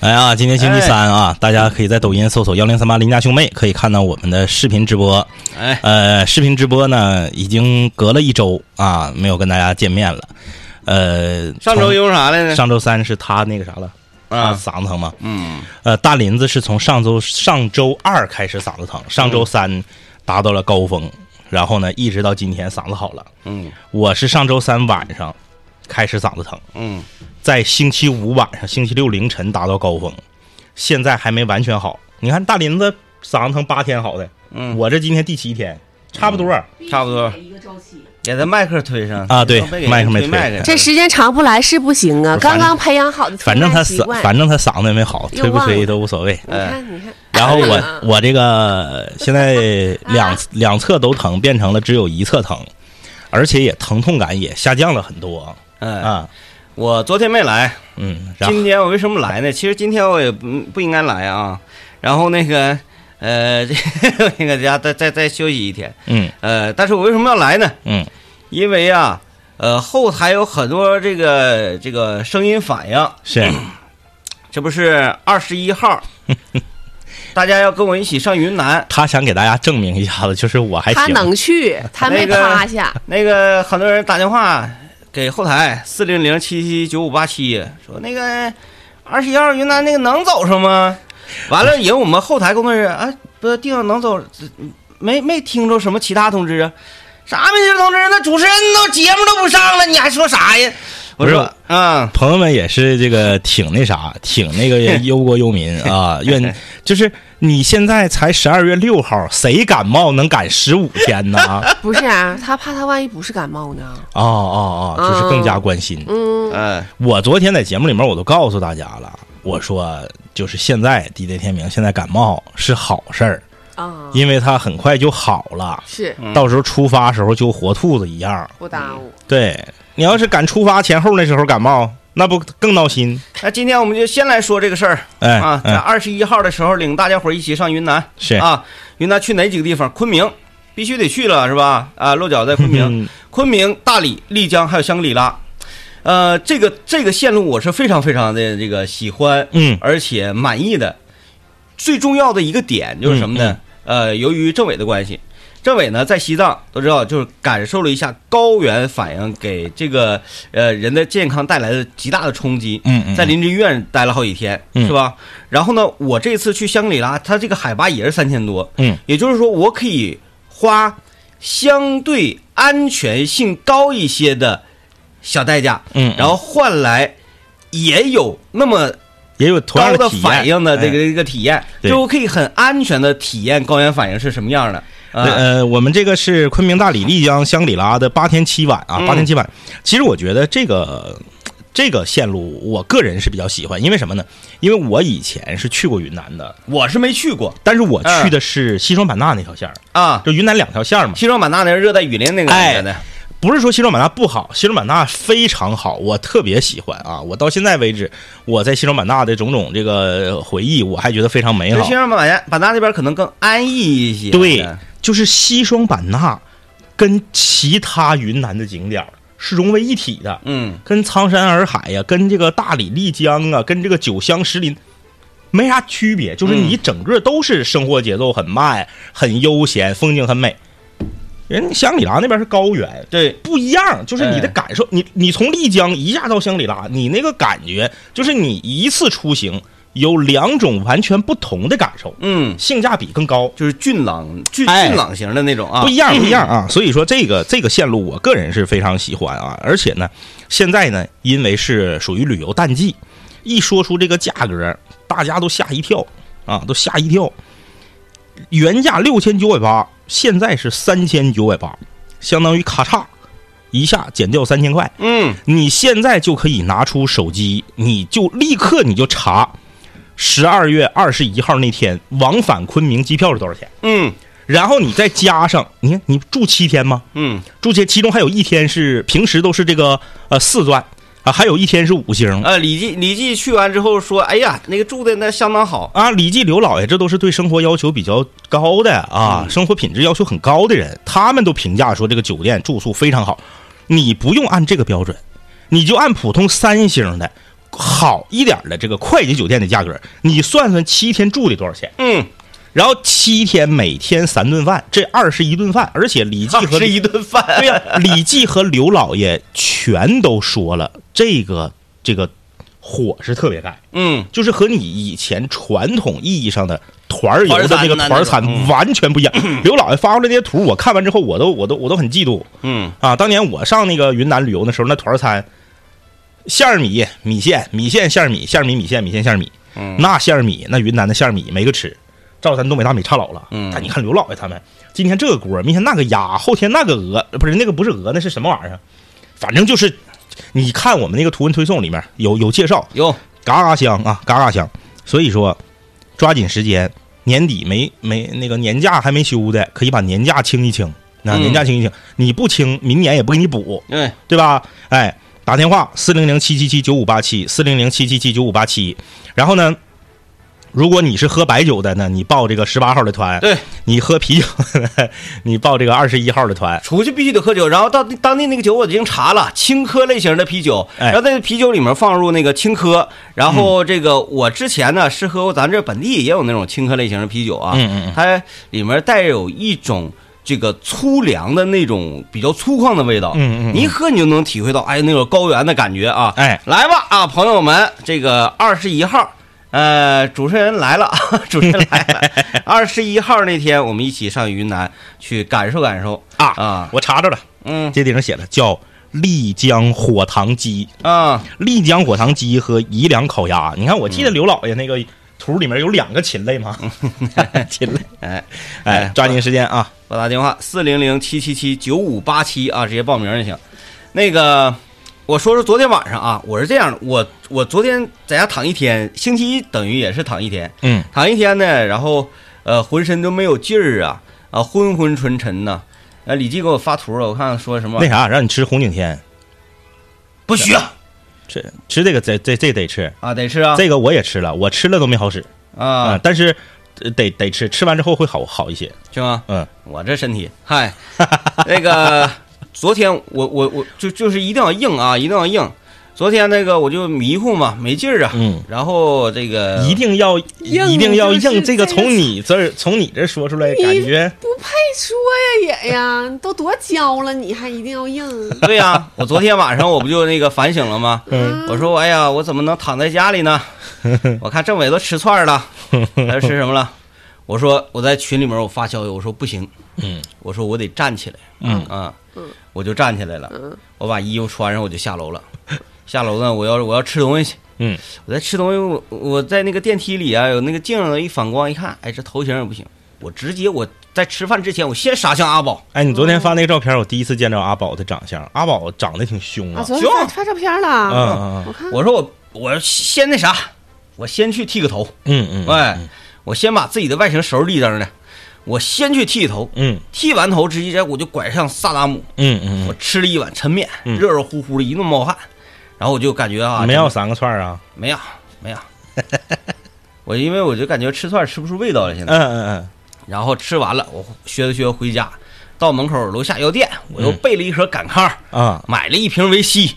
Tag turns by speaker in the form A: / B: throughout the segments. A: 哎呀，今天星期三啊，
B: 哎
A: 大家可以在抖音搜索幺零三八邻家兄妹，可以看到我们的视频直播。
B: 哎，
A: 呃，视频直播呢，已经隔了一周啊，没有跟大家见面了。呃，
B: 上周因为啥来
A: 从
B: 着？
A: 上周三是他那个啥了，他
B: 啊，
A: 嗓子疼嘛。
B: 嗯，
A: 呃，大林子是从上周上周二开始嗓子疼，
B: 嗯
A: 上周三达到了高峰，然后呢，一直到今天嗓子好了。
B: 嗯
A: 我是上周三晚上开始嗓子疼，
B: 嗯
A: 在星期五晚上、星期六凌晨达到高峰，现在还没完全好。你看大林子嗓子疼八天好的，
B: 嗯，
A: 我这今天第七天，差不多。
C: 嗯
B: 差不多
D: 必须得一个周期。
B: 给他麦克推上
A: 啊对麦
B: 麦
A: 克没推
B: 麦克，
C: 这时间长不来是不行啊，
A: 不是
C: 刚刚培养好的
A: 反正他
C: 习惯
A: 嗓，。反正他嗓子也没好，
C: 又
A: 推不
C: 忘
A: 推
C: 了嗯
A: 都无所 谓。
C: 你看，你看，
A: 然后我我这个现在 两两侧都疼，变成了只有一侧疼，而且也疼痛感也下降了很多
B: 嗯，
A: 啊，
B: 我昨天没来，
A: 嗯，然后
B: 今天我为什么来呢？其实今天我也不不应该来啊。然后那个呃， 那个家再再再休息一天。
A: 嗯
B: 呃，但是我为什么要来呢？
A: 嗯
B: 因为啊，呃，后台有很多这个这个声音反应，
A: 是
B: 这不是二十 一号，大家要跟我一起上云南。
A: 他想给大家证明一下子，就是我哎还
C: 他
A: 行，啊
C: 能去，他
B: 那
C: 没
B: 个
C: 趴下。
B: 那个很多人打电话给后台四零零七七九五八七说那个二十一号云南那个能走上吗？完了以后我们后台工作人员啊，不地方能走，这没没听着什么其他通知啊。啥没听着通知？那主持人都节目都不上了，你还说啥呀？我
A: 不是
B: 说，嗯，
A: 朋友们也是这个挺那啥，挺那个忧国忧 民啊，愿就是你现在才十二月六号，谁感冒能赶十五天 呢？
C: 不是啊，他怕他万一不是感冒呢？
A: 哦哦哦，就是更加关心。
C: 嗯，
B: 嗯，
A: 我昨天在节目里面我都告诉大家了，我说就是现在 DJ 天明现在感冒是好事儿，
C: 啊，
A: 因为他很快就好了，
C: 是
B: 嗯
A: 到时候出发时候就活兔子一样。
C: 不耽误。
A: 对你要是赶出发前后那时候感冒，那不更闹心？
B: 那今天我们就先来说这个事儿
A: 哎，
B: 啊，在
A: 嗯、
B: 二十一号的时候领大家伙儿一起上云南
A: 是，
B: 啊，云南去哪几个地方？昆明必须得去了是吧？啊，落脚在昆 明，
A: 嗯
B: 昆明、大理、丽江还有香格里拉。呃，这个这个线路我是非常非常的这个喜欢，
A: 嗯
B: 而且满意的。最重要的一个点就是什么
A: 嗯
B: 呢？呃，由于政委的关系，政委呢在西藏都知道，就是感受了一下高原反应给这个呃人的健康带来的极大的冲击。
A: 嗯嗯，
B: 在林芝医院待了好几天，
A: 嗯
B: 是吧？然后呢，我这次去香格里拉，它这个海拔也是三千多，
A: 嗯，
B: 也就是说，我可以花相对安全性高一些的小代价，
A: 嗯，嗯
B: 然后换来也有那么
A: 也有同
B: 高
A: 样
B: 的
A: 体验
B: 反应的这个
A: 哎
B: 这个体验，
A: 对
B: 就我可以很安全的体验高原反应是什么样的啊
A: 对，呃，我们这个是昆明、大理、丽江、香格里拉的八天七晚啊，
B: 嗯
A: 八天七晚。其实我觉得这个这个线路，我个人是比较喜欢，因为什么呢？因为我以前是去过云南的，
B: 我是没去过
A: 但是我去的是西双版纳那条线儿，
B: 啊。
A: 就云南两条线儿嘛。
B: 西双版纳那热带雨林那个
A: 哎
B: 感觉的，
A: 不是说西双版纳不好，西双版纳非常好，我特别喜欢啊！我到现在为止，我在西双版纳的种种这个回忆，我还觉得非常美
B: 就
A: 好
B: 西。双版纳版纳那边可能更安逸一些。
A: 对就是西双版纳跟其他云南的景点儿是融为一体的，
B: 嗯，
A: 跟苍山洱海呀、跟这个大理丽江啊，跟这个九乡石林没啥区别，就是你整个都是生活节奏很慢、很悠闲，风景很美。人香格里拉那边是高原，
B: 对，
A: 不一样，就是你的感受，你你从丽江一下到香格里拉，你那个感觉就是你一次出行有两种完全不同的感受，
B: 嗯，
A: 性价比更高。
B: 就是俊朗俊
A: 哎
B: 俊朗型的那种啊
A: 不，一样，不一样啊！所以说这个这个线路，我个人是非常喜欢啊，而且呢，现在呢，因为是属于旅游淡季，一说出这个价格，大家都吓一跳啊，都吓一跳。原价六千九百八，现在是三千九百八，相当于咔嚓一下减掉三千块。
B: 嗯，
A: 你现在就可以拿出手机，你就立刻你就查十二月二十一号那天往返昆明机票是多少钱。
B: 嗯
A: 然后你再加上，你看你住七天吗？
B: 嗯
A: 住七，其中还有一天是平时都是这个呃四钻啊，还有一天是五星
B: 呃，李记李记去完之后说，哎呀，那个住的那相当好，
A: 啊。李记刘老爷，这都是对生活要求比较高的啊，生活品质要求很高的人，他们都评价说这个酒店住宿非常好。你不用按这个标准，你就按普通三星的好一点的这个快捷酒店的价格，你算算七天住的多少钱？
B: 嗯，
A: 然后七天每天三顿饭，这二十一顿饭，而且李记
B: 二
A: 和
B: 十一顿饭，
A: 对呀、李记和刘老爷全都说了，这个这个火是特别盖，
B: 嗯，
A: 就是和你以前传统意义上的团儿游的
B: 团儿餐
A: 那个
B: 呐
A: 团儿
B: 那种
A: 餐
B: 嗯
A: 完全不一样。刘老爷发过来那些图，我看完之后，我都我都我都很嫉妒
B: 嗯，
A: 啊！当年我上那个云南旅游的时候，那团儿餐。馅儿米、米线、米线、馅儿米、馅儿米、米线、米线、馅儿米，
B: 嗯
A: 那馅儿米，那云南的馅儿米没个吃，照咱东北大米差老了。
B: 嗯
A: 但你看刘老爷他们，今天这个锅，明天那个鸭，后天那个鹅，不是那个不是鹅，那是什么玩意儿啊？反正就是，你看我们那个图文推送里面有有介绍，
B: 有
A: 嘎嘎香啊，嘎嘎香。所以说，抓紧时间，年底没没那个年假还没休的，可以把年假清一清。那
B: 嗯
A: 年假清一清，你不清，明年也不给你补，
B: 对，
A: 对吧？哎，打电话四零零七七七九五八七，四零零七七七九五八七。然后呢，如果你是喝白酒的呢，你报这个十八号的团；
B: 对，
A: 你喝啤酒的呢， 你报这个二十一号的团。
B: 出去必须得喝酒，然后到地当地那个酒我已经查了，青稞类型的啤酒，
A: 哎
B: 然后在啤酒里面放入那个青稞，然后这个我之前呢是喝过，咱这本地也有那种青稞类型的啤酒啊，
A: 嗯嗯嗯
B: 它里面带有一种这个粗粮的那种比较粗犷的味道，
A: 嗯嗯嗯
B: 你一喝你就能体会到，哎，那种高原的感觉啊，
A: 哎，
B: 来吧啊，朋友们，这个二十一号，呃，主持人来了， 主持人来了，二十一号那天我们一起上云南去感受感受
A: 啊
B: 啊，
A: 我查着了，
B: 嗯
A: 这顶上写了叫丽江火塘鸡。
B: 啊，
A: 丽江火塘鸡和宜良烤鸭。你看，我记得刘老爷那个图里面有两个禽类嘛， 禽类。
B: 哎
A: 哎，抓紧时间啊！
B: 拨打电话四零零七七七九五八七啊，直接报名就行。那个，我说说昨天晚上啊，我是这样的，我我昨天在家躺一天，星期一等于也是躺一天，
A: 嗯，
B: 躺一天呢，然后呃浑身都没有劲儿啊啊昏昏沉沉呐、呃，李记给我发图了，我看看说什么
A: 那啥，让你吃红景天，
B: 不许
A: 吃吃这个，这这这得吃，
B: 啊，得吃啊
A: 这个我也吃了，我吃了都没好使
B: 啊
A: 啊，，但是呃得得吃，吃完之后会好好一些。
B: 行吗？
A: 嗯，
B: 啊我这身 体，嗨，那个昨天我我我就就是一定要硬啊，一定要硬。昨天那个我就迷糊嘛，没劲儿啊，
A: 嗯，
B: 然后这个
A: 一定要
C: 硬
A: 一定要
C: 就是
A: 硬，这个
C: 这个
A: 从你这儿从你这儿说出来，感觉
C: 不配说呀，也哎呀，你都多娇了，你还一定要硬？
B: 对呀、我昨天晚上我不就那个反省了吗？
A: 嗯
B: 我说，哎呀，我怎么能躺在家 里呢？我看政委都吃串儿了，他说吃什么了？我说我在群里面我发消息，我说不行，
A: 嗯，
B: 我说我得站起来，
A: 嗯
B: 啊
C: 嗯，
B: 我就站起来了，
C: 嗯
B: 我把衣服穿上，我就下楼了。 下楼呢，我要我要吃东西，
A: 嗯，
B: 我在吃东西，我我在那个电梯里啊，有那个镜子一反光一看，哎，这头型也不行，我直接我在吃饭之前，我先杀向阿宝，
A: 哎，你昨天发那个照片，我第一次见着阿宝的长相，阿宝长得挺凶
C: 啊，
A: 啊，
C: 昨天发发照片
A: 嗯
C: 了，
A: 嗯
C: 我 看
B: 我说我我先那啥，我先去剃个头，
A: 嗯嗯，
B: 哎，我先把自己的外形收拾立正的，我先去剃头，
A: 嗯
B: 剃完头直接我就拐向萨达姆，
A: 嗯嗯
B: 我吃了一碗抻面，
A: 嗯
B: 热热乎乎的，一顿冒汗，然后我就感觉啊，
A: 嗯，没有三个串儿啊，
B: 没有，没有。 我因为我就感觉吃串吃不出味道了，现在。
A: 嗯嗯
B: 然后吃完了，我削着削着回家，到门口楼下药店，我又
A: 嗯
B: 备了一盒赶糠儿，
A: 嗯啊，
B: 买了一瓶维 C，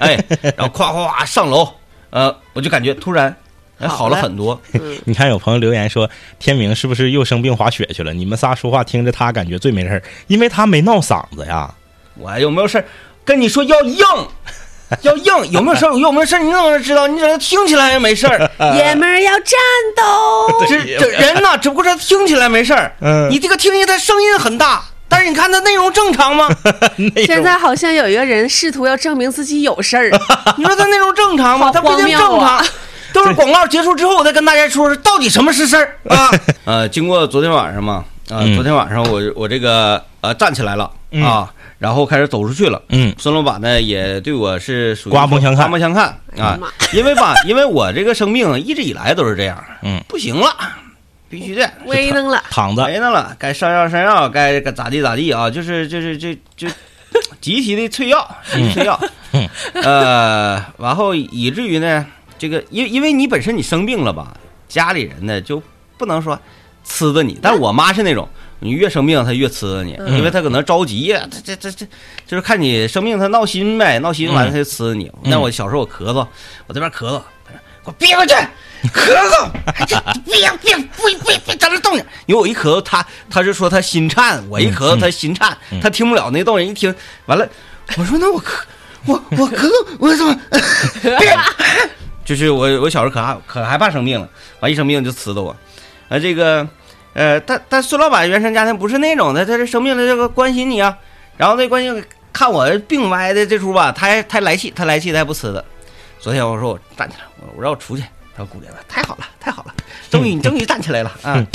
B: 哎，然后夸夸夸上楼，呃，我就感觉突然。哎，好
C: 好
B: 了
C: 了
B: 很多，
C: 嗯
A: 你看有朋友留言说，天明是不是又生病滑雪去了？你们仨说话听着他感觉最没事儿，因为他没闹嗓子呀。
B: 我有没有事儿跟你说要硬，要硬，有没有事儿？有没有事儿？你怎么知道？你怎么听起来没事儿？
A: 呃
C: 爷们儿要战 斗，
B: 这这人呐，只不过是听起来没事儿，
A: 嗯
B: 你这个听起来他声音很大，但是你看他内容正常吗？
C: 现在好像有一个人试图要证明自己有 事儿，
B: 你说他内容正常吗？
C: 好
B: 他不一定
C: 荒
B: 正
C: 谬啊
B: 常。等会儿广告结束之后，我再跟大家说说到底什么是事 儿啊。呃，经过昨天晚上嘛，啊、
A: 嗯
B: 昨天晚上我我这个呃站起来了
A: 嗯
B: 啊，然后开始走出去了。
A: 嗯
B: 孙老板呢也对我是属于
A: 刮目相看
B: 刮目相看
C: 哎
B: 啊
C: 呀妈，
B: 因为吧，因为我这个生病一直以来都是这样，
A: 嗯，
B: 不行了，必须的，
C: 威能了，
A: 躺着，
B: 没那了，该上药上药，该该咋地咋地啊，就是就是这就 集体的催药，催药，
A: 嗯
B: 呃，然后以至于呢，这个因因为你本身你生病了吧，家里人呢就不能说呲的你，但我妈是那种，你越生病，它越呲你，
C: 嗯
B: 因为它可能着急呀，它这这这就是看你生病，它闹心呗，闹心完了它就呲你。
A: 嗯
B: 那我小时候我咳嗽，我这边咳嗽，给我憋回去，咳嗽，哎这别别别别别在这动静，因为我一咳嗽，他他是说他心颤，我一
A: 嗯
B: 咳
A: 嗯
B: 嗽他心颤，他听不了那动静，一听完了，我说那我咳，我我咳嗽，我怎么？ 就是我我小时候可害可害怕生病了，完一生病就呲的我，啊这个，呃，但但孙老板原生家庭不是那种的，他这生病了这个关心你啊，然后那关心看我病歪的这出吧，他还他来气，他来气他还不呲的。昨天我说我站起来，我我让我出去，然后姑娘说啊太好了太好了，终于你终于站起来了啊，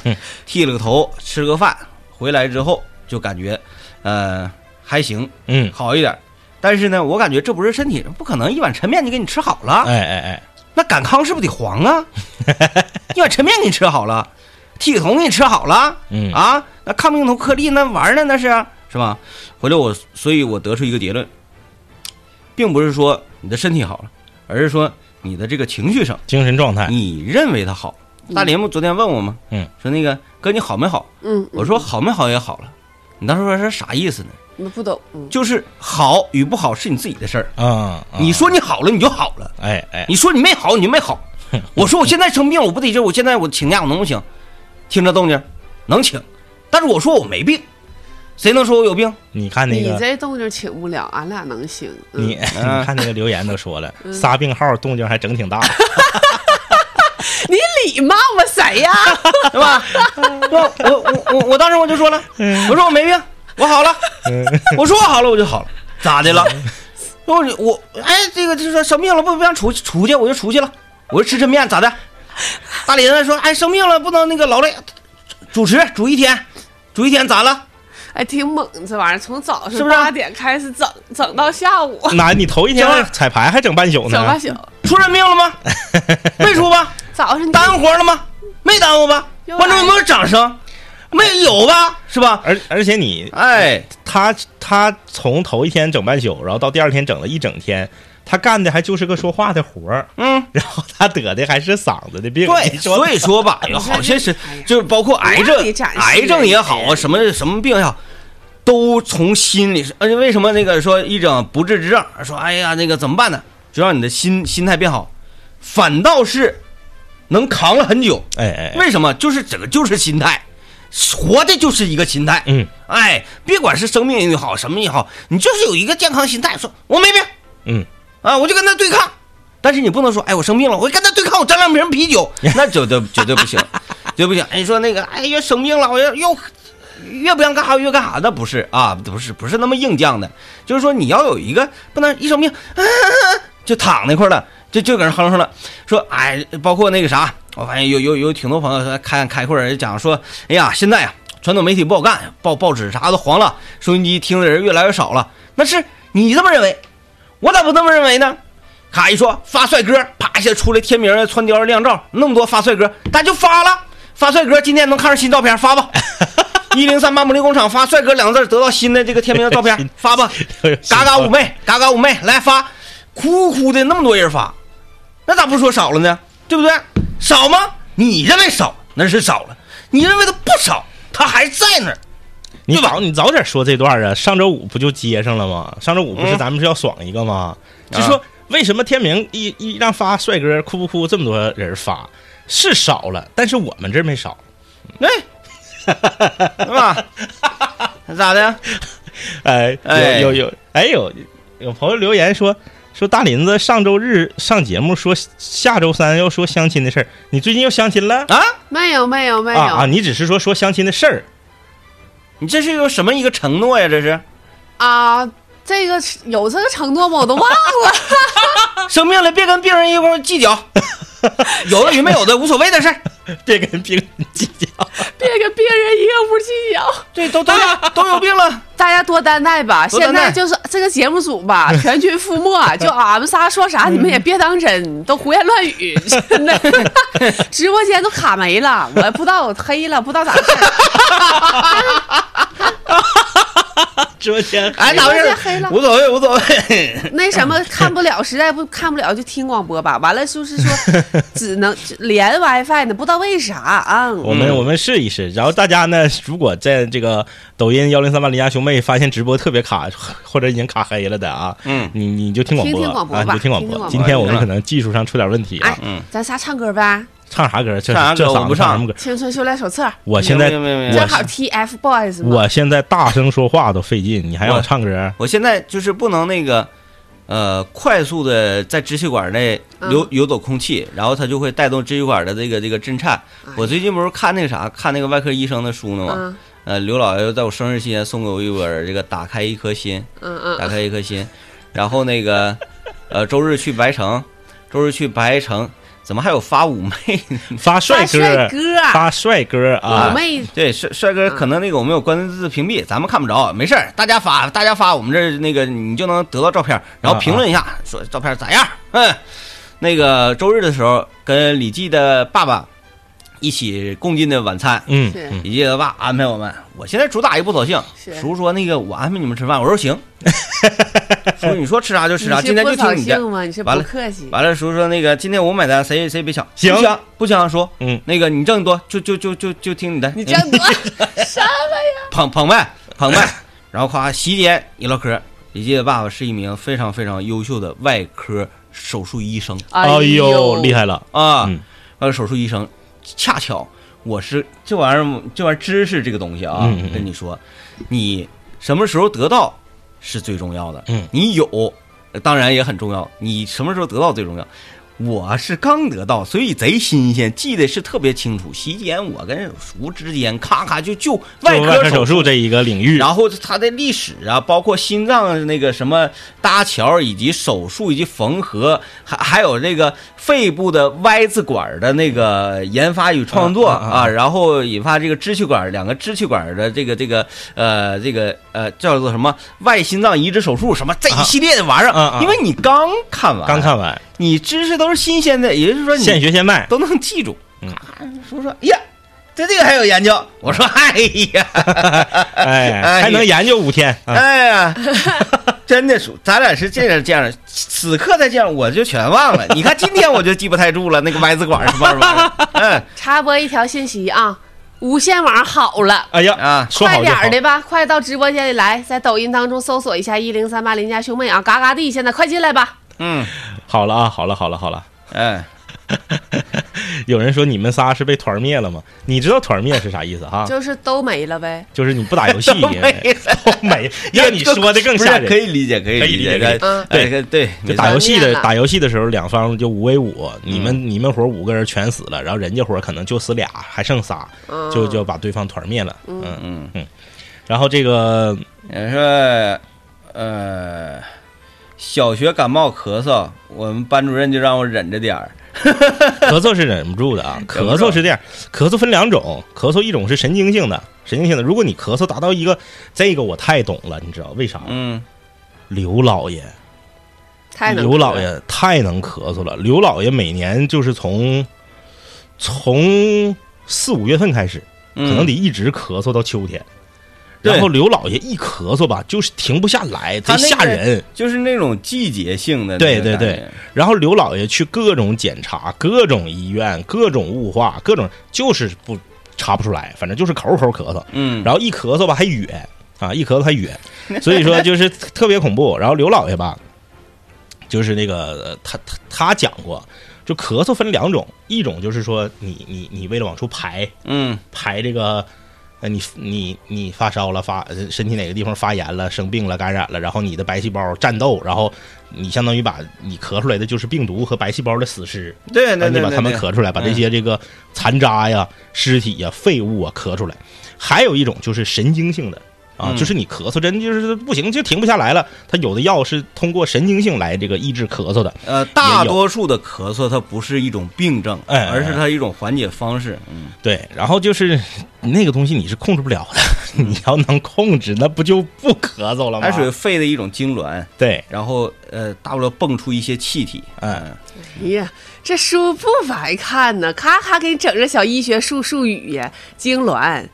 B: 剃了个头，吃个饭，回来之后就感觉，呃还行
A: 嗯，
B: 好一点，但是呢我感觉这不是身体，不可能一碗抻面就给你吃好了。
A: 哎哎哎，
B: 那赶糠是不是得黄啊？你把抻面给你吃好了，剃头给你吃好了
A: 嗯
B: 啊？那抗病毒颗粒那玩意儿呢？那是啊是吧？回来我，所以我得出一个结论，并不是说你的身体好了，而是说你的这个情绪上，
A: 精神状态，
B: 你认为它好。大林不昨天问我吗？
A: 哎嗯，
B: 说那个哥你好没好？
C: 嗯，
B: 我说好没好也好了。你当时说是啥意思呢？
C: 你不懂，嗯
B: 就是好与不好是你自己的事儿。
A: 啊，啊
B: 你，说你好了，你就好了。
A: 哎哎，
B: 你说你没好，你就没好。我说我现在生病，我不得劲，我现在我请假，我能不请？听着动静，能请。但是我说我没病，谁能说我有病？
A: 你看那
C: 你
A: 个，
C: 这动静请不了，俺俩能行。嗯
A: 你你看那个留言都说了，仨病号动静还整挺大，
C: 你礼貌吗？谁呀？
B: 对吧？我我我我我当时我就说了，我说我没病，我好了，我说我好了我就好了，咋的了？我我哎，这个就是说生病了不不让出去出去，我就出去了，我就吃抻面咋的？大林子说，哎，生病了不能那个劳累，主持主一天，主一天咋了？
C: 哎，挺猛，这玩意儿从早
B: 是
C: 上
B: 不是嗯
C: 八点开始整，整到下午，
A: 那你头一天
B: 行
A: 彩排还整半宿
C: 整
A: 呢
C: 八，宿。
B: 出人命了吗？没出吧？
C: 早上你
B: 耽误活了吗？没耽误吧？
C: 又
B: 观众有没有掌声？没有吧？是吧？
A: 而而且你
B: 哎，
A: 他他从头一天整半宿，然后到第二天整了一整天，他干的还就是个说话的活儿，
B: 嗯，
A: 然后他得的还是嗓子的病。
B: 对，
A: 你说
B: 所以说吧，有好些是就是包括癌症
C: 你让你展示，
B: 癌症也好啊，什么什么病也好。都从心里，而且为什么那个说一整不治之症，说哎呀那个怎么办呢？就让你的心心态变好，反倒是能扛了很久。
A: 哎哎，哎
B: 为什么？就是这个就是心态，活的就是一个心态。
A: 嗯
B: 哎，别管是生病也好，什么也好，你就是有一个健康心态，说我没病
A: 嗯，
B: 啊，我就跟他对抗。但是你不能说，哎，我生病了，我跟他对抗，我沾两瓶啤酒，那绝对绝对不行，绝对不行。哎，你说那个，哎，越生病了，我要又越不想干啥越干啥，那不是啊，不是不是那么硬犟的，就是说你要有一个不能一生病、啊、就躺那块儿了，就就搁那哼哼了，说哎，包括那个啥，我发现有有有挺多朋友说开开会儿讲说，哎呀，现在呀、传统媒体不好干，报报纸啥都黄了，收音机听的人越来越少了，那是你这么认为，我咋不这么认为呢？咔一说发帅哥，啪一下出来天明儿穿貂儿亮照，那么多发帅哥，咱就发了。发帅哥，今天能看上新照片发吧。一零三八魔力工厂发帅哥两个字，得到新的这个天明的照片发吧。嘎 嘎妩媚，嘎嘎妩媚，来发，哭哭的那么多人发，那咋不说少了呢？对不对？少吗？你认为少，那是少了；你认为它不少，它还在那儿。
A: 你
B: 对吧
A: 早你早点说这段啊！上周五不就接上了吗？上周五不是
B: 嗯
A: 咱们是要爽一个吗？
B: 啊
A: 就说为什么天明一一让发帅哥哭不哭这么多人发是少了，但是我们这儿没少。
B: 哎，是吧？ 咋的？
A: 哎，
B: 哎
A: 有有有，哎有有朋友留言说说大林子上周日上节目说下周三要说相亲的事儿，你最近又相亲了？
B: 啊？
C: 没有没有没
A: 啊啊！
C: 有
A: 你只是说说相亲的事儿，
B: 你这是有什么一个承诺呀？这是
C: 啊，这个有这个承诺吗？我都忘 了。
B: 生病了别跟病人一块儿计 较，有的与没有的无所谓的事儿，
A: 别跟病人计较。
C: 别跟别人一个屋计较，
B: 对，都都有都有病了。
C: 大家多担待吧。
B: 多担
C: 现
B: 待
C: 在就是这个节目组吧，全军覆 没，就俺们仨说啥你们也别当真，都胡言乱语，真的。 直播间都卡没了，我不知道我黑了，不知道咋回事。
B: 直播间 哎，哪
C: 直
B: 回
C: 播间
B: 事？
C: 黑了
B: 无所谓，无所谓。
C: 那什么看不了，实在不看不了就听广播吧。完了就是说，只能只连 WiFi 呢，不知道为啥 啊。
A: 我
B: 嗯
A: 们我们试一试，然后大家呢，如果在这个抖音幺零三八邻家兄妹发现直播特别卡， 或者已经卡黑了的啊，
B: 嗯
A: 你你就听广播，
C: 听听广播
A: 啊，你
C: 吧
A: 就听广
C: 听听广播
A: 今天我们可能技术上出点问题啊
C: 哎，
B: 嗯，
C: 咱仨唱歌呗，
A: 唱啥歌？这
B: 唱啥歌
A: 这嗓
B: 我
A: 子
B: 不
A: 唱
B: 唱
A: 什么歌？
C: 《青春修炼手册》，
A: 我现在
B: 没有没有没有
C: 正
A: 我
C: 好 TFBOYS 嘛。
A: 我现在大声说话都费劲，你还让我唱歌？
B: 我现在就是不能那个，呃，快速的在支气管内流、
C: 嗯
B: 游走空气，然后它就会带动支气管的这个这个震颤。我最近不是看那个啥，看那个外科医生的书呢嘛。
C: 哎嗯
B: 呃，刘老爷在我生日期间送给我一本这个《打开一颗心》，
C: 嗯嗯
B: 打开一颗心，然后那个，呃，周日去白城，周日去白城，怎么还有发妩媚呢？
A: 发帅哥，啊
C: 帅哥，
A: 发帅哥
C: 妩
A: 啊！
C: 媚
B: 对，帅帅哥可能那个我们有关键字屏
C: 嗯
B: 蔽，咱们看不着，没事儿，大家发，大家发，我们这儿那个你就能得到照片，然
C: 啊
B: 后评论一下，说照片咋样？嗯，那个周日的时候跟李记的爸爸一起共进的晚餐，
A: 嗯
C: 是
A: 嗯，
B: 李记的爸安排我们，我现在主打一不扫兴，
C: 是
B: 叔说那个我安排你们吃饭，我说 行，叔你说吃啥就吃啥，啊
C: 你是
B: 今天就
C: 不扫
B: 听你的。
C: 兴吗？你是
B: 完
C: 不
B: 了
C: 客气。
B: 完了，叔说那个今天我买单，谁谁别抢，
A: 行
B: 不抢不抢，叔，
A: 嗯，
B: 那个你挣得多就就就就就听你的，
C: 你这样多 什么呀？
B: 捧捧呗，捧呗。然后夸席间一唠嗑，李记的爸爸是一名非常非常优秀的外科手术医生
A: 哎呦，厉！害了！
B: 啊，
A: 嗯
B: 外科手术医生。恰巧我是这玩意儿，这玩意儿知识这个东西啊，
A: 嗯嗯嗯
B: 跟你说，你什么时候得到是最重要的。
A: 嗯
B: 你有，呃当然也很重要。你什么时候得到最重要？我是刚得到，所以贼新鲜，记得是特别清楚。席间我跟叔之间，咔咔就就外
A: 做外
B: 科
A: 科手术这一个领域，
B: 然后它的历史啊，包括心脏那个什么搭桥，以及手术，以及缝合，还还有这个肺部的 Y 字管的那个研发与创作
A: 啊啊啊
B: 啊，然后引发这个支气管两个支气管的这个这个呃这个呃叫做什么外心脏移植手术什么这一系列的玩意
A: 啊啊
B: 儿
A: 啊，
B: 因为你刚看完，
A: 刚，看完，
B: 你知识都是新鲜的，也就是说
A: 现
B: 你
A: 学现卖。
B: 都能记住。
A: 嗯
B: 啊，叔说，哎呀，对这个还有研究，我说，哎呀。
A: 哎，
B: 哎
A: 还能研究五天啊！
B: 哎呀， 真的叔，咱俩是这样这样，此刻再这样我就全 忘了。你看今天我就记不太住了，那个歪字管是吧？ 嗯
C: 插播一条信息啊，无线网好了。
A: 哎呀，
B: 啊，
A: 说
C: 快
A: 好就
C: 点
A: 好
C: 儿。的吧，快到直播间里来，在抖音当中搜索一下一零三八邻家兄妹啊，嘎嘎地，现在快进来吧。
B: 嗯
A: 好了啊，好了，好了，好了。
B: 嗯，
A: 有人说你们仨是被团灭了吗？你知道团灭是啥意思哈？
C: 就是都没了呗。
A: 就是你不打游戏
B: 都 没
A: 都没，让你说的更
B: 不
A: 吓
B: 是可
A: 人。
B: 以理解，可以
A: 可以理解可以
B: 解
A: 理。
C: 嗯，
B: 哎对对，
A: 就
B: 没
A: 打
B: 错
A: 游戏
C: 团灭
A: 的
C: 了
A: 打游戏的时候，两方就五 v 五，你
B: 嗯
A: 们你们伙五个人全死了，然后人家伙可能就死俩，还剩仨，
C: 嗯
A: 就就把对方团灭了。嗯，
B: 嗯，
A: 然后这个
B: 你说呃，小学感冒咳嗽，我们班主任就让我忍着点儿。
A: 咳嗽是忍不住的啊，
B: 忍
A: 咳
B: 不住
A: 嗽是这样，咳嗽分两种，咳嗽一种是神经性的，神经性的，如果你咳嗽达到一个，这个我太懂了，你知道为啥吗？
B: 嗯，
A: 刘老爷，
C: 太能
A: 刘老爷太能咳嗽了。刘老爷每年就是从从四五月份开始，
B: 可
A: 可能得一直咳嗽到秋天。
B: 嗯对
A: 然后刘老爷一咳嗽吧，就是停不下来，贼
B: 他那个
A: 吓人。
B: 嗯就是那种季节性的。
A: 对对对，然后刘老爷去各种检查、各种医院、各种雾化、各种就是不查不出来，反正就是口口咳嗽。
B: 嗯，
A: 然后一咳嗽吧还哕啊，一咳嗽还哕，所以说就是特别恐怖。然后刘老爷吧，就是那个呃他他他讲过，就咳嗽分两种，一种就是说你你你为了往出排
B: 嗯
A: 排这个。呃，你你你发烧了，发呃身体哪个地方发炎了，生病了，感染了，然后你的白细胞战斗，然后你相当于把你咳出来的就是病毒和白细胞的死尸，
B: 对对对
A: 啊你
B: 对，
A: 把它们
B: 对
A: 咳出来，把这
B: 嗯
A: 些这个残渣呀、尸体呀、废物啊咳出来。还有一种就是神经性的啊，
B: 嗯
A: 就是你咳嗽真就是不行，就停不下来了。它有的药是通过神经性来这个抑制咳嗽的。
B: 呃，大多数的咳嗽它不是一种病症，
A: 哎哎哎
B: 而是它一种缓解方式。嗯，
A: 对，然后就是那个东西你是控制不了的， 你要能控制，那不就不咳嗽了吗
B: 它？属于肺的一种痉挛，
A: 对，
B: 然后呃，大不了蹦出一些气体。
A: 哎
C: 哎呀，这书不白看呢，咔咔给你整这小医学术术语呀，痉挛、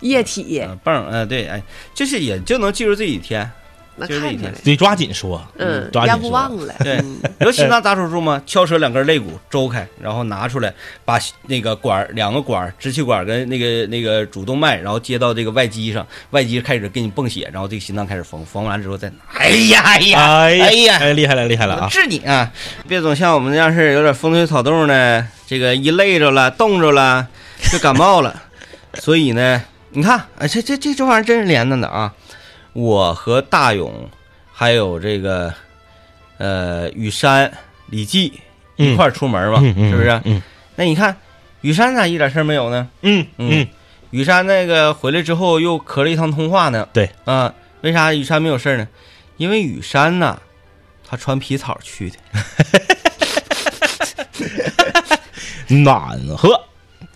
C: 液体，
B: 嗯泵，嗯，对，哎，就是也就能记住这 几天，
A: 嗯
C: 那
B: 就是
C: 看
B: 一
C: 出
B: 天
C: 来，
A: 得抓紧说，
C: 嗯，
A: 抓
C: 要
A: 紧
C: 不
A: 说。
C: 忘了，
B: 对
C: 嗯
B: 尤其那大手术嘛，敲折两根肋骨，周开，然后拿出来，把那个管儿两个管儿支气管跟那个那个主动脉，然后接到这个外肌上，外肌开始给你泵血，然后这个心脏开始缝，缝完之后再拿。哎呀哎
C: 啊
B: 呀，
A: 哎
B: 哎呀
A: 哎，厉害了，厉害了啊！
B: 治你啊！别总像我们这样式儿有点风吹草动的，这个一累着了、冻着了 就感冒了。所以呢，你看，哎，这这这这玩意儿真是连着的啊！我和大勇，还有这个呃雨山、李记一块儿出门嘛，
A: 嗯嗯
B: 是不是？
A: 嗯
B: 那你看雨山咋一点事儿没有呢？
A: 嗯嗯
B: 嗯，雨山那个回来之后又咳了一趟通话呢。
A: 对
B: 啊、为啥雨山没有事儿呢？因为雨山呐、他穿皮草去的。
A: 嗯暖和，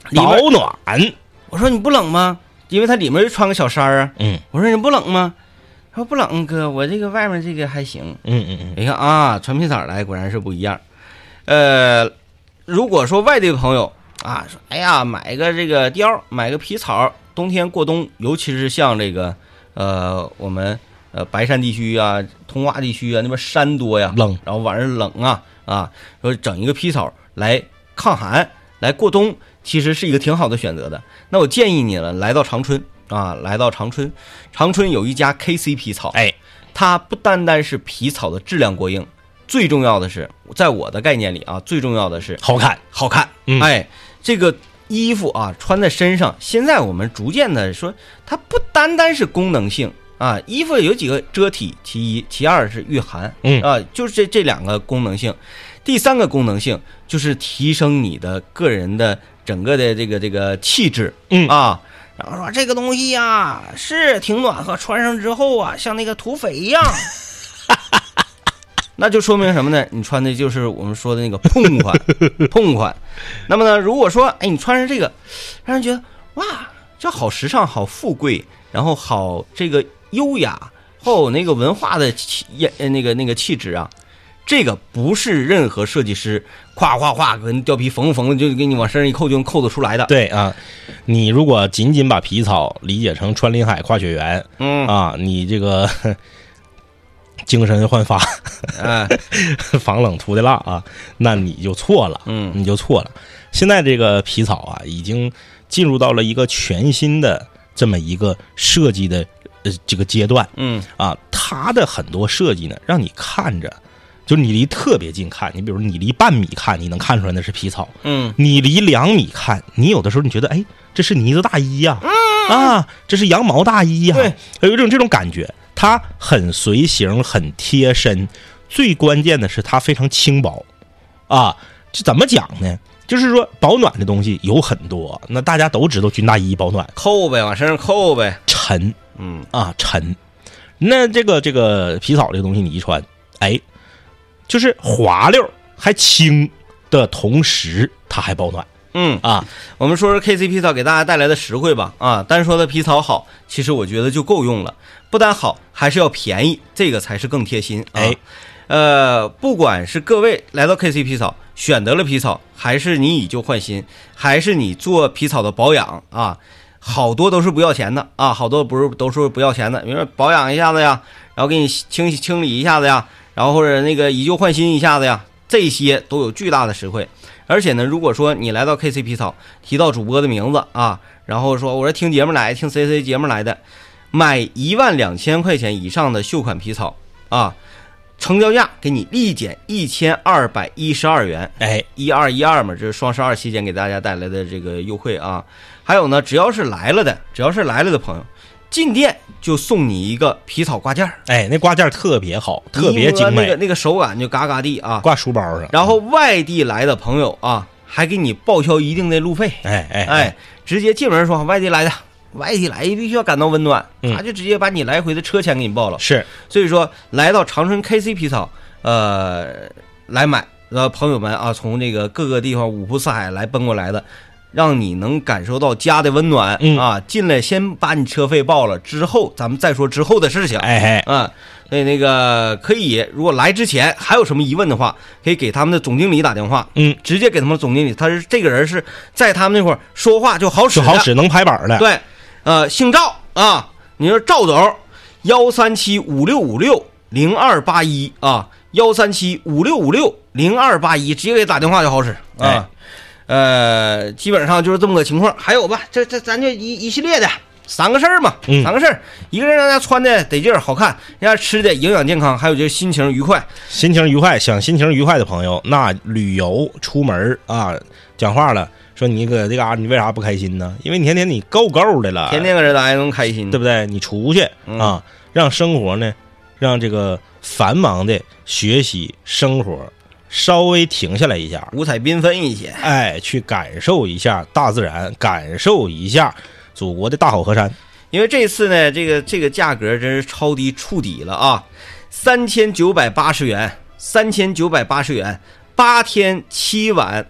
B: 里
A: 保
B: 边
A: 暖。
B: 我说你不冷吗？因为他里面又穿个小衫儿啊。
A: 嗯
B: 我说你不冷吗？他说不冷，哥，我这个外面这个还行。
A: 嗯嗯嗯，
B: 你看啊，穿皮草来果然是不一样。呃，如果说外地朋友啊，说哎呀，买个这个貂儿，买个皮草，冬天过冬，尤其是像这个呃我们呃白山地区啊、通化地区啊，那边山多呀，
A: 冷，
B: 然后晚上冷啊啊，说整一个皮草来抗寒，来过冬，其实是一个挺好的选择的。那我建议你了，来到长春啊，来到长春，长春有一家 KC 皮草，
A: 哎，
B: 它不单单是皮草的质量过硬，最重要的是，在我的概念里啊，最重要的是
A: 好看。
B: 好看。
A: 嗯
B: 哎，这个衣服啊，穿在身上，现在我们逐渐的说，它不单单是功能性啊，衣服有几个遮体，其一，其二是御寒，
A: 嗯
B: 啊，就是这这两个功能性。第三个功能性就是提升你的个人的整个的这个这个气质，
A: 嗯
B: 啊。然后说这个东西呀、是挺暖和，穿上之后啊，像那个土匪一样。那就说明什么呢？你穿的就是我们说的那个碰款，碰款。那么呢，如果说哎，你穿上这个，让人觉得哇，这好时尚，好富贵，然后好这个优雅，好有那个文化的气，呃那个那个气质啊。这个不是任何设计师夸夸夸跟貂皮缝缝的就给你往身上一扣就能扣得出来的。
A: 对啊，你如果仅仅把皮草理解成穿林海跨雪原
B: 嗯，
A: 啊，你这个精神焕发、
B: 哎，
A: 防冷涂的蜡啊，那你就错了，
B: 嗯
A: 你就错了。现在这个皮草啊，已经进入到了一个全新的这么一个设计的呃这个阶段
B: 嗯
A: 啊，它的很多设计呢，让你看着。就是你离特别近看，你比如你离半米看，你能看出来那是皮草；
B: 嗯，
A: 你离两米看，你有的时候你觉得，哎，这是呢子大衣呀、啊，这是羊毛大衣呀、
B: 嗯
A: 哎
B: 对，
A: 有一种这种感觉，它很随形，很贴身，最关键的是它非常轻薄，啊，这怎么讲呢？就是说保暖的东西有很多，那大家都知道军大衣保暖
B: 扣呗，往身上扣呗。
A: 沉
B: 嗯，
A: 啊沉，那这个这个皮草这个东西你一穿，哎，就是滑溜儿还轻的同时，它还保暖
B: 嗯，
A: 啊。
B: 我们说说 KC 皮草给大家带来的实惠吧。啊，单说它皮草好，其实我觉得就够用了。不单好，还是要便宜，这个才是更贴心。啊、
A: 哎，
B: 呃，不管是各位来到 KC 皮草选择了皮草，还是你以旧换新，还是你做皮草的保养啊，好多都是不要钱的啊，好多不是都是不要钱的。比如说保养一下子呀，然后给你清洗清理一下子呀，然后或者那个以旧换新一下子呀，这些都有巨大的实惠。而且呢，如果说你来到 KC 皮草，提到主播的名字啊，然后说我是听节目来，听 CC 节目来的，买一万两千块钱以上的秀款皮草啊，成交价给你立减一千二百一十二元，
A: 哎，
B: 一二一二嘛，这是双十二期间给大家带来的这个优惠啊。还有呢，只要是来了的，只要是来了的朋友，进店就送你一个皮草挂件儿，
A: 哎，那挂件儿特别好，特别精
B: 一摸那个
A: 美，
B: 那个手感就嘎嘎地啊。
A: 挂书包上。
B: 然后外地来的朋友啊，还给你报销一定的路费，
A: 哎哎
B: 哎，直接进门说外地来的，外地来必须要感到温暖，
A: 嗯
B: 他就直接把你来回的车钱给你报了。
A: 是
B: 所以说，来到长春 KC 皮草，呃，来买呃，朋友们啊，从这个各个地方五湖四海来奔过来的，让你能感受到家的温暖、
A: 嗯
B: 啊。进来先把你车费报了，之后咱们再说之后的事情。
A: 哎哎，
B: 啊，那那个可以，如果来之前还有什么疑问的话，可以给他们的总经理打电话，
A: 嗯，
B: 直接给他们总经理，他是这个人是在他们那块儿说话就好使
A: 就
B: 的，
A: 好使，能拍板儿的。
B: 对，啊、呃，姓赵啊，你说赵总，幺三七五六五六零二八一啊，幺三七五六五六零二八一，直接给打电话就好使
A: 哎
B: 啊。呃，基本上就是这么个情况。还有吧，这这咱就一一系列的三个事儿嘛，
A: 嗯
B: 三个事儿，一个是让大家穿的得劲儿好看，让大家吃的营养健康，还有就是心情愉快。
A: 心情愉快，想心情愉快的朋友，那旅游出门儿啊，讲话了，说你搁这啊嘎、达你为啥不开心呢？因为你天天你够够的了，
B: 天天搁这待着能开心，
A: 哎对不对？你出去
B: 嗯
A: 啊，让生活呢，让这个繁忙的学习生活稍微停下来一下，
B: 五彩缤纷一些。
A: 哎，去感受一下大自然，感受一下祖国的大好河山。
B: 因为这次呢，这个这个价格真是超低触底了啊，三千九百八十元，三千九百八十元，八天七晚，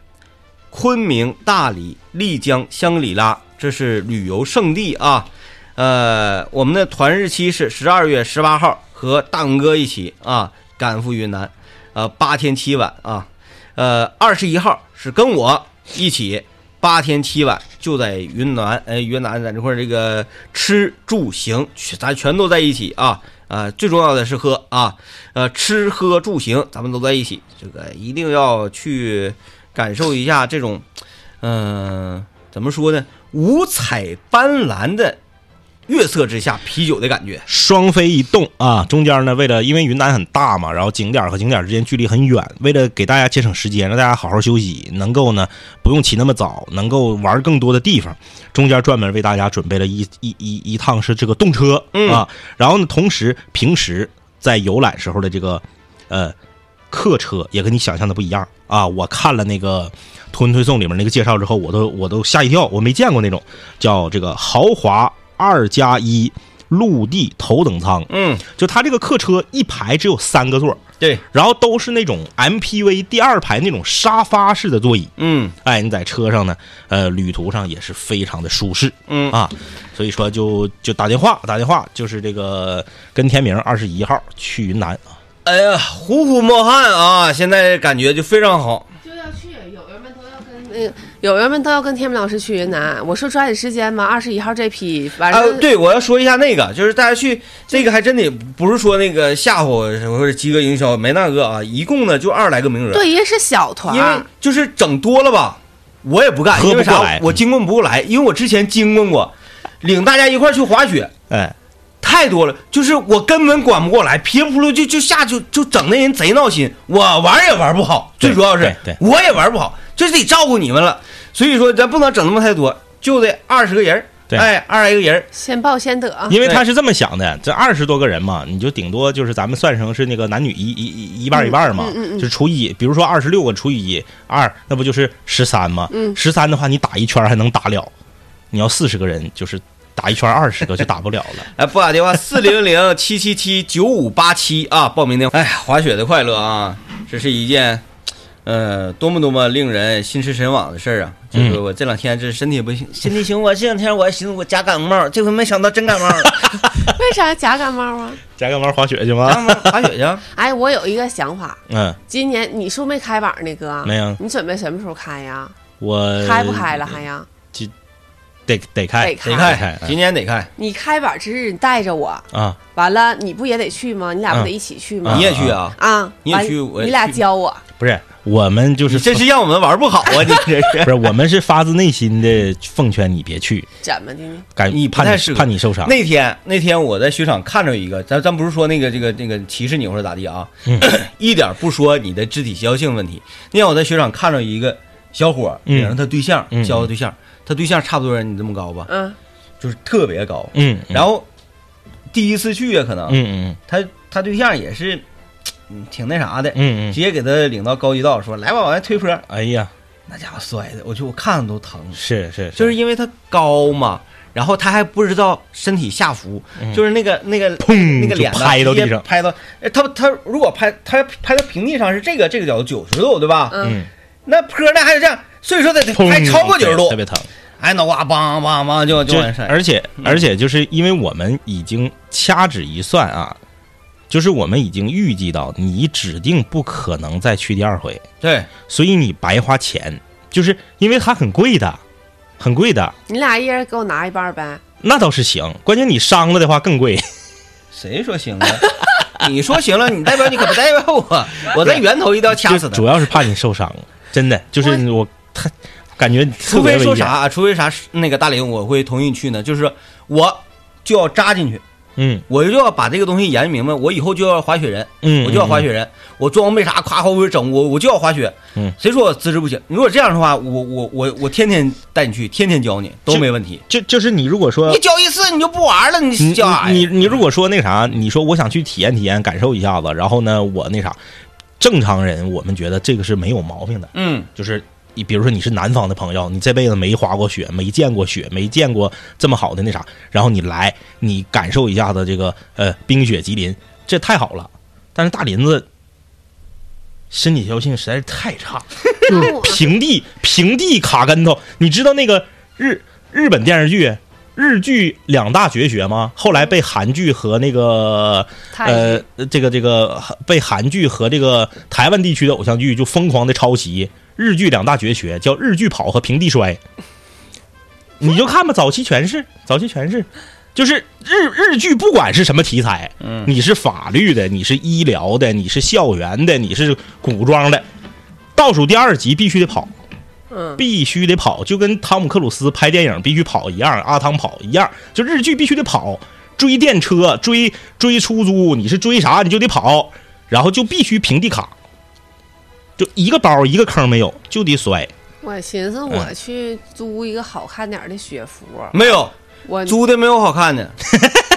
B: 昆明、大理、丽江、香格里拉，这是旅游胜地啊。呃，我们的团日期是十二月十八号，和大勇哥一起啊赶赴云南，呃，八天七晚啊，呃，二十一号是跟我一起八天七晚就在云南，呃，云南在这块儿这个吃住行，全咱全都在一起啊。呃，最重要的是喝啊，呃，吃喝住行咱们都在一起，这个一定要去感受一下这种，嗯、怎么说呢，五彩斑斓的月色之下啤酒的感觉。
A: 双飞一动啊，中间呢，为了因为云南很大嘛，然后景点和景点之间距离很远，为了给大家节省时间，让大家好好休息，能够呢不用起那么早，能够玩更多的地方，中间专门为大家准备了一一一一趟是这个动车、
B: 嗯
A: 啊，然后呢，同时平时在游览时候的这个呃客车也跟你想象的不一样啊！我看了那个《图文推送》里面那个介绍之后，我都我都吓一跳，我没见过那种叫这个豪华二加一陆地头等舱，
B: 嗯，
A: 就它这个客车一排只有三个座，
B: 对，
A: 然后都是那种 MPV 第二排那种沙发式的座椅。
B: 嗯
A: 哎，你在车上呢，呃，旅途上也是非常的舒适
B: 嗯，
A: 啊，所以说就就打电话打电话，就是这个跟天明二十一号去云南啊，
B: 哎呀，虎虎冒汗啊，现在感觉就非常好。
C: 就要去，友人们都要跟那个友人们都要跟天明老师去云南。我说抓紧时间吧，二十一号这批，晚
B: 啊
C: 上、，
B: 对，我要说一下那个，就是大家去这个还真得不是说那个吓唬或者饥饿营销，没那个啊，一共呢就二十来个名额，
C: 对，因为是小团
B: 因为
C: 儿，
B: 就是整多了吧，我也不干，
A: 合
B: 因为
A: 不过
B: 啥
A: 来？
B: 我经过不过来，因为我之前经过过，领大家一块儿去滑雪。
A: 哎，
B: 太多了，就是我根本管不过来，噼里扑噜就就下就就整的人贼闹心，我玩也玩不好，
A: 对
B: 最主要是
A: 对对
B: 我也玩不好，就是得照顾你们了，所以说咱不能整那么太多，就得二十个人儿，
A: 对
B: 哎，二十来个人儿，
C: 先报先得啊。
A: 因为他是这么想的，这二十多个人嘛，你就顶多就是咱们算成是那个男女一一一一半一半嘛，
C: 嗯嗯嗯
A: 就是除以，比如说二十六个除以一二，那不就是十三吗？
C: 嗯
A: 十三的话，你打一圈还能打了，你要四十个人，就是打一圈二十个就打不了 了。
B: 哎，拨打电话四零零七七七九五八七啊，报名电话。哎，滑雪的快乐啊，这是一件，呃，多么多么令人心驰神往的事儿啊！就是我这两天这身体不行，身体行，我这两天我还寻思我假感冒，这回没想到真感冒了，
C: 为啥假感冒啊？
A: 加个玩滑雪去
B: 然
A: 吗？
B: 后滑雪去啊。
C: 哎，我有一个想法，
A: 嗯，
C: 今年你说没开网那哥，
A: 没有
C: 你准备什么时候开呀？
B: 呃
A: 我
C: 开不开了还呀？
A: 得得开
C: 得
B: 得
C: 开
B: 看，今年得看，
C: 你开网之日你带着我，
A: 啊，
C: 完了你不也得去吗？你俩不得一起去吗？
B: 你也去啊？
C: 啊，
B: 嗯你也
C: 完
B: 去我也
C: 你俩
B: 去
C: 教我。
A: 不是我们就
B: 你
A: 是
B: 这是让我们玩不好啊！你这是
A: 不是我们是发自内心的奉劝你别去，
C: 怎么的呢？
A: 感
B: 你不
A: 怕
B: 太
A: 你
B: 适合
A: 怕你受伤。
B: 那天那天我在雪场看着一个，咱咱不是说那个这个这个歧视你或者咋地啊，
A: 嗯
B: 一点不说你的肢体协调性问题。那天我在雪场看着一个小伙儿，
A: 嗯
B: 领着他对象
A: 嗯
B: 交的对象，他对象差不多人你这么高吧，
C: 嗯，
B: 就是特别高。
A: 嗯，
B: 然后第一次去啊呀，可能
A: 嗯嗯
B: 他他对象也是嗯挺那啥的
A: 嗯，嗯
B: 直
A: 嗯，
B: 接给他领到高级道，说来吧，往外推坡，
A: 哎呀，
B: 那家伙摔的，我就我看着都疼。
A: 是是，
B: 就是因为他高嘛，然后他还不知道身体下浮，
A: 嗯
B: 就是那个那个
A: 砰
B: 那个脸呢
A: 嗯就拍到地上
B: 直接拍到哎他他如果拍他拍到平地上是这个这个角度九十度对吧？
C: 嗯
A: 嗯，
B: 那坡呢还是这样，所以说得得
A: 砰
B: 拍超过九十度
A: 特，别疼。
B: 哎脑瓜梆梆梆就就
A: 就
B: 完事儿，嗯
A: 而且而且就是因为我们已经掐指一算啊，就是我们已经预计到你指定不可能再去第二回，
B: 对，
A: 所以你白花钱，就是因为它很贵的，很贵的。
C: 你俩一人给我拿一半儿呗。
A: 那倒是行，关键你伤了的话更贵。
B: 谁说行了？你说行了，你代表你可不代表我， 我在源头一刀掐死
A: 主
B: 他。
A: 要是怕你受伤，真的就是我太感觉特
B: 除
A: 别
B: 非
A: 危
B: 说
A: 险
B: 啥，啊除非啥那个大林，我会同意去呢。就是我就要扎进去，
A: 嗯
B: 我就要把这个东西研究明白，我以后就要滑雪人，
A: 嗯，
B: 我就要滑
A: 嗯
B: 雪人，我装备啥夸夸我整，我我就要滑雪。
A: 嗯，
B: 谁说我资质不行？如果这样的话，我我我我天天带你去，天天教你都没问题。
A: 就就是你如果说
B: 你教一次你就不玩了，
A: 呃你
B: 你教啥呀？
A: 你你如果说那啥，你说我想去体验体验，感受一下子，然后呢，我那啥，正常人我们觉得这个是没有毛病的，
B: 嗯
A: 就是你比如说你是南方的朋友，你这辈子没滑过雪，没见过雪，没见过这么好的那啥，然后你来，你感受一下子这个呃冰雪吉林，这太好了。但是大林子身体协调性实在是太差，
C: 那
B: 嗯
C: 我
A: 平地平地卡跟头。你知道那个日日本电视剧？日剧两大绝学吗？后来被韩剧和那个
C: 太
A: 呃，这个这个被韩剧和这个台湾地区的偶像剧就疯狂的抄袭日剧两大绝学，叫日剧跑和平地摔。你就看吧，早期全是，早期全是，就是日日剧，不管是什么题材，
B: 嗯，
A: 你是法律的，你是医疗的，你是校园的，你是古装的，倒数第二集必须得跑，
C: 嗯，
A: 必须得跑，就跟汤姆克鲁斯拍电影必须跑一样，阿汤跑一样，就日剧必须得跑，追电车、追追出租，你是追啥你就得跑，然后就必须平地卡，就一个包一个坑没有，就得摔。
C: 我寻
B: 嗯
C: 思我去租一个好看点儿的雪服，
B: 没有
C: 我
B: 租的没有好看的，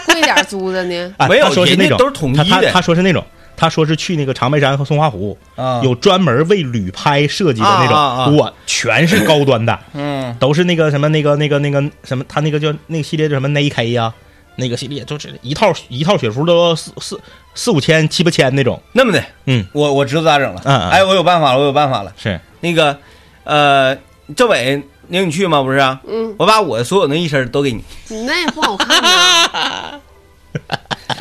C: 贵点儿租的呢。
A: 啊、
B: 没有
A: 他说是那
B: 人
A: 种
B: 家都是统一
A: 他他
B: 的
A: 他说是那种。他说是去那个长白山和松花湖，
B: 啊
A: 有专门为旅拍设计的那种，
B: 啊啊啊
A: 我全是高端的，
B: 嗯
A: 都是那个什么那个那个那个什么，他那个叫那个系列叫什么 NK 呀、那个系列就是一套一套雪服都四四四五千七八千那种，
B: 那么的，
A: 嗯，
B: 我我知道咋整了。
A: 嗯嗯
B: 哎，我有办法了，我有办法了。
A: 是
B: 那个呃，政委领你去吗？不是、啊，
C: 嗯，
B: 我把我所有那一身都给你。
C: 你那也不好看呐。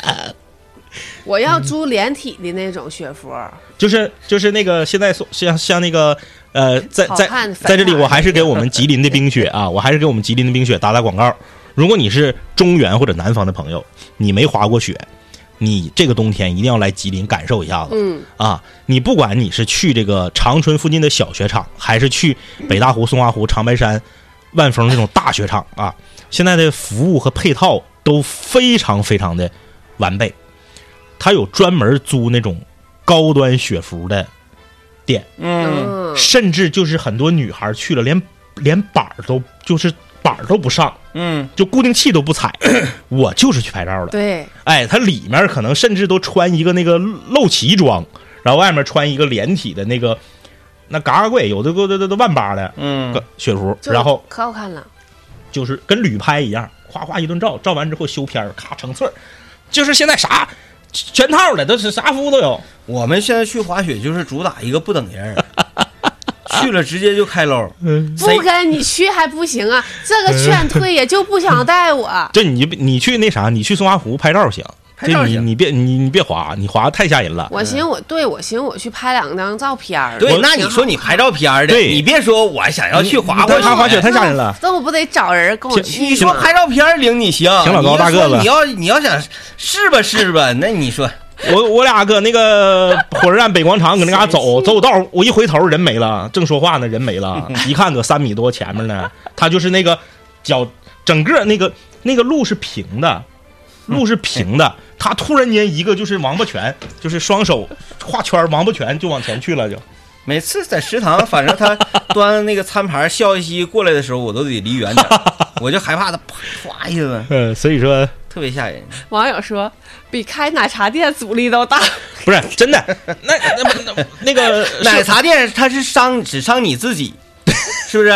C: 我要
A: 嗯
C: 租连体的那种雪服，
A: 就是就是那个现在送像像那个呃，在
C: 好
A: 在
C: 看
A: 在这里
C: 反差
A: 我还是给我们吉林的冰雪啊，我还是给我们吉林的冰雪打打广告。如果你是中原或者南方的朋友，你没滑过雪，你这个冬天一定要来吉林感受一下子。
C: 嗯，
A: 啊，你不管你是去这个长春附近的小雪场，还是去北大湖、松花湖、长白山、万丰这种大雪场啊，现在的服务和配套都非常非常的完备。它有专门租那种高端雪服的，
B: 嗯，
C: 嗯，
A: 甚至就是很多女孩去了，连连板儿都就是板儿都不上，
B: 嗯，
A: 就固定器都不踩，我就是去拍照的。
C: 对，
A: 哎，它里面可能甚至都穿一个那个露脐装，然后外面穿一个连体的那个，那嘎嘎贵，有的都都都都万八的
B: 嗯，
A: 个雪服，
C: 就
A: 然后
C: 可好看了。
A: 就是跟旅拍一样，夸夸一顿照，照完之后修片儿，咔成刺儿，就是现在啥全套的，都是啥服务都有。
B: 我们现在去滑雪就是主打一个不等 人儿，去了直接就开搂。
A: 嗯，
B: 谁
C: 不跟你去还不行啊，这个劝退也就不想 带我。
A: 对你你去那啥，你去松花湖拍照行，
B: 拍照
A: 就你
B: 行
A: 你别你你别滑，你滑太吓人了。
C: 我寻思我对我寻思我去拍两张照片儿，
B: 对
C: 我，
B: 那你说你拍照片儿的，
A: 对
B: 你别说我想要去滑
A: 他
B: 滑
A: 他滑雪
B: 雪。
A: 太吓人了。
C: 那我不得找人跟我去吗？
B: 你说拍照片儿领你行，
A: 行老高
B: 你就
A: 大个
B: 说
A: 子
B: 你要你要想试吧试吧，那你说哎
A: 我我俩搁那 个火车站北广场搁那嘎走走道，我一回头人没了，正说话呢人没 了，一看搁三米多前面呢，他就是那个脚整个那个那个路是平的，路是平的，他突然间一个就是王八拳，就是双手画圈儿王八拳就往前去了就，
B: 每次在食堂，反正他端那个餐盘笑嘻嘻过来的时候，我都得离远点 儿，我就害怕他啪唰一下子，
A: 嗯，所以说
B: 特别吓人。
C: 网友说比开奶茶店阻力都大，
A: 不是真的，那那那那 个
B: 奶茶店它是伤只伤你自己， 是不是？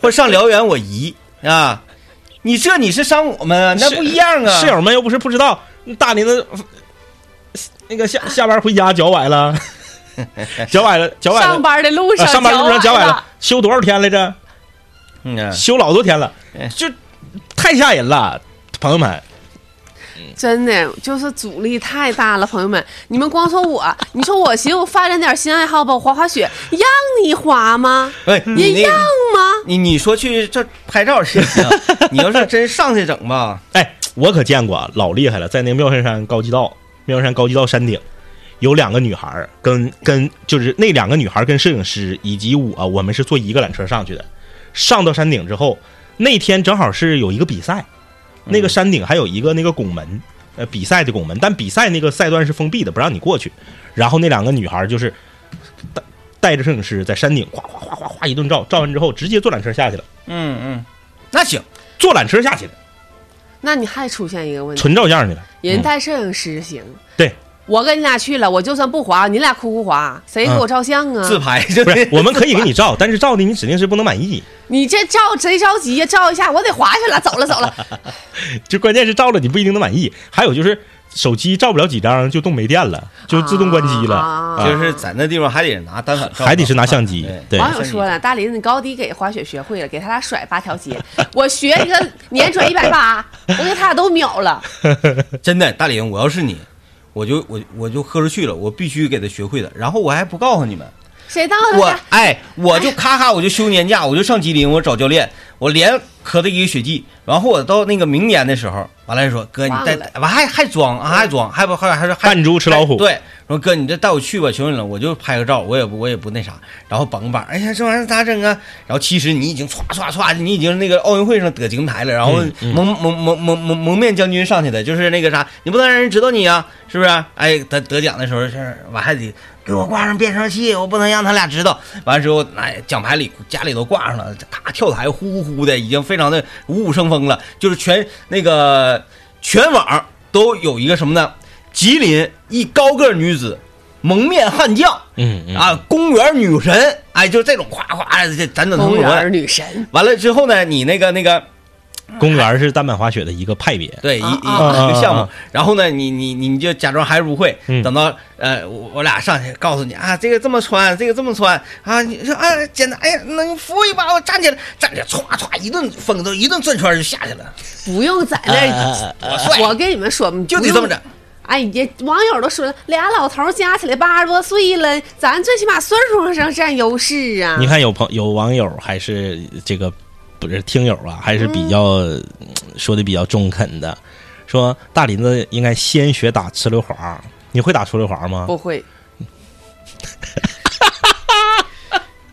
B: 或者上辽源我姨啊，你这你是伤我们，那
A: 是
B: 不一样啊。
A: 室友们又不是不知道，大林子那个下下班回家脚崴了， 脚崴了，脚崴了
C: 上。班的路
A: 啊
C: 上、
A: 上班路上脚崴
C: 了
A: 了，，修多少天来着？
B: 嗯啊，
A: 修老多天了
B: 哎，
A: 就太吓人了，朋友们。
C: 真的就是阻力太大了，朋友们，你们光说我，你说我寻思我发展点新爱好吧，我滑滑雪，让你滑吗？
B: 哎，
C: 人
B: 你
C: 让
B: 那，
C: 吗？
B: 你你说去这拍照去 行，你要是真上去整吧，
A: 哎，我可见过，老厉害了，在那个妙山山高级道，妙山高级道山顶，有两个女孩儿跟跟就是那两个女孩儿跟摄影师以及我，啊我们是坐一个缆车上去的。上到山顶之后，那天正好是有一个比赛，那个山顶还有一个那个拱门，呃，比赛的拱门，但比赛那个赛段是封闭的，不让你过去。然后那两个女孩儿就是带带着摄影师在山顶哗哗哗哗哗一顿照，照完之后直接坐缆车下去了，
B: 嗯嗯，那行，
A: 坐缆车下去了，嗯
C: 那你还出现一个问题，
A: 纯照相去了。
C: 人带摄影师行。
A: 对。
C: 我跟你俩去了，我就算不滑，你俩哭哭滑，谁给我照相啊？
B: 自拍就
A: 不是，我们可以给你照，但是照的你指定是不能满意。
C: 你这照谁着急呀？照一下，我得滑去了，走了走了。
A: 就关键是照了你不一定能满意。还有就是手机照不了几张就冻没电了，就自动关机了，
C: 啊
B: 就是在那地方还得拿单反照，啊
A: 还得是拿相机。对，
C: 网友说了，大林，你高低给滑雪学会了，给他俩甩八条街，我学一个年转一百八，我给他俩都秒了。
B: 真的，大林，我要是你，我就我我就豁出去了，我必须给他学会的。然后我还不告诉你们，
C: 谁到
B: 我
C: 了？
B: 哎，我就咔咔，我就休年假，我就上吉林，我找教练，我连磕的一个雪季。然后我到那个明年的时候，完了说哥，你带
C: 忘了
B: 完还还装啊，还装，还不还还是还
A: 扮猪吃老虎
B: 对，说哥，你这带我去吧，求你了，我就拍个照，我也不我也不那啥，然后绑板，哎呀，这玩意儿咋整啊？然后其实你已经唰唰唰，你已经那个奥运会上得金牌了，然后
A: 嗯嗯
B: 蒙蒙蒙蒙蒙蒙面将军上去的，就是那个啥，你不能让人知道你啊，是不是？哎，得得奖的时候是，我还得给我挂上变声器，我不能让他俩知道。完了之后，哎，奖牌里家里都挂上了，咔跳台呼呼呼的，已经非常的五五生风了，就是全那个全网都有一个什么呢？吉林一高个女子，蒙面悍将
A: 嗯嗯
B: 啊，公园女神，哎，就这种夸夸这辗转腾
C: 公园
B: 挪。
C: 女神，
B: 完了之后呢，你那个那个。
A: 公园是单板滑雪的一个派别。
B: 对，一一
C: 啊
A: 啊
B: 一个项
A: 啊
B: 目
A: 啊。
B: 然后呢，你你你就假装还是不会
A: 嗯，
B: 等到呃我我俩上去告诉你啊，这个这么穿，这个这么穿啊，你说啊简单，哎呀，那你扶我一把，我站起来，站起来，唰唰一顿风筝，一顿转圈就下去了，
C: 不用在那儿。
B: 多帅！
C: 我跟你们说，
B: 就得这么整。
C: 哎呀，网友都说了，俩老头加起来八十多岁了，咱最起码岁数上占优势啊。
A: 你看有朋有网友还是这个不是听友啊，还是比较、嗯说的比较中肯的，说大林子应该先学打呲溜滑。你会打呲溜滑吗？
C: 不会，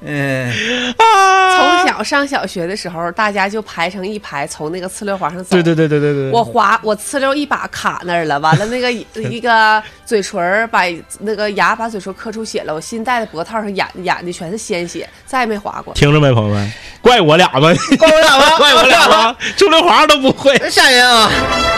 B: 嗯，
C: 从小上小学的时候，大家就排成一排，从那个呲溜滑上走。
A: 对对对对
C: 我滑，我呲溜一把卡那儿了，完了那个一个嘴唇儿把那个牙把嘴唇磕出血了，我新戴的脖套上染染的全是鲜血，再也没滑过。
A: 听着没，朋友们，怪我俩吧，
B: 怪我俩吧，
A: 怪我俩吧，呲溜滑都不会。
B: 吓人啊！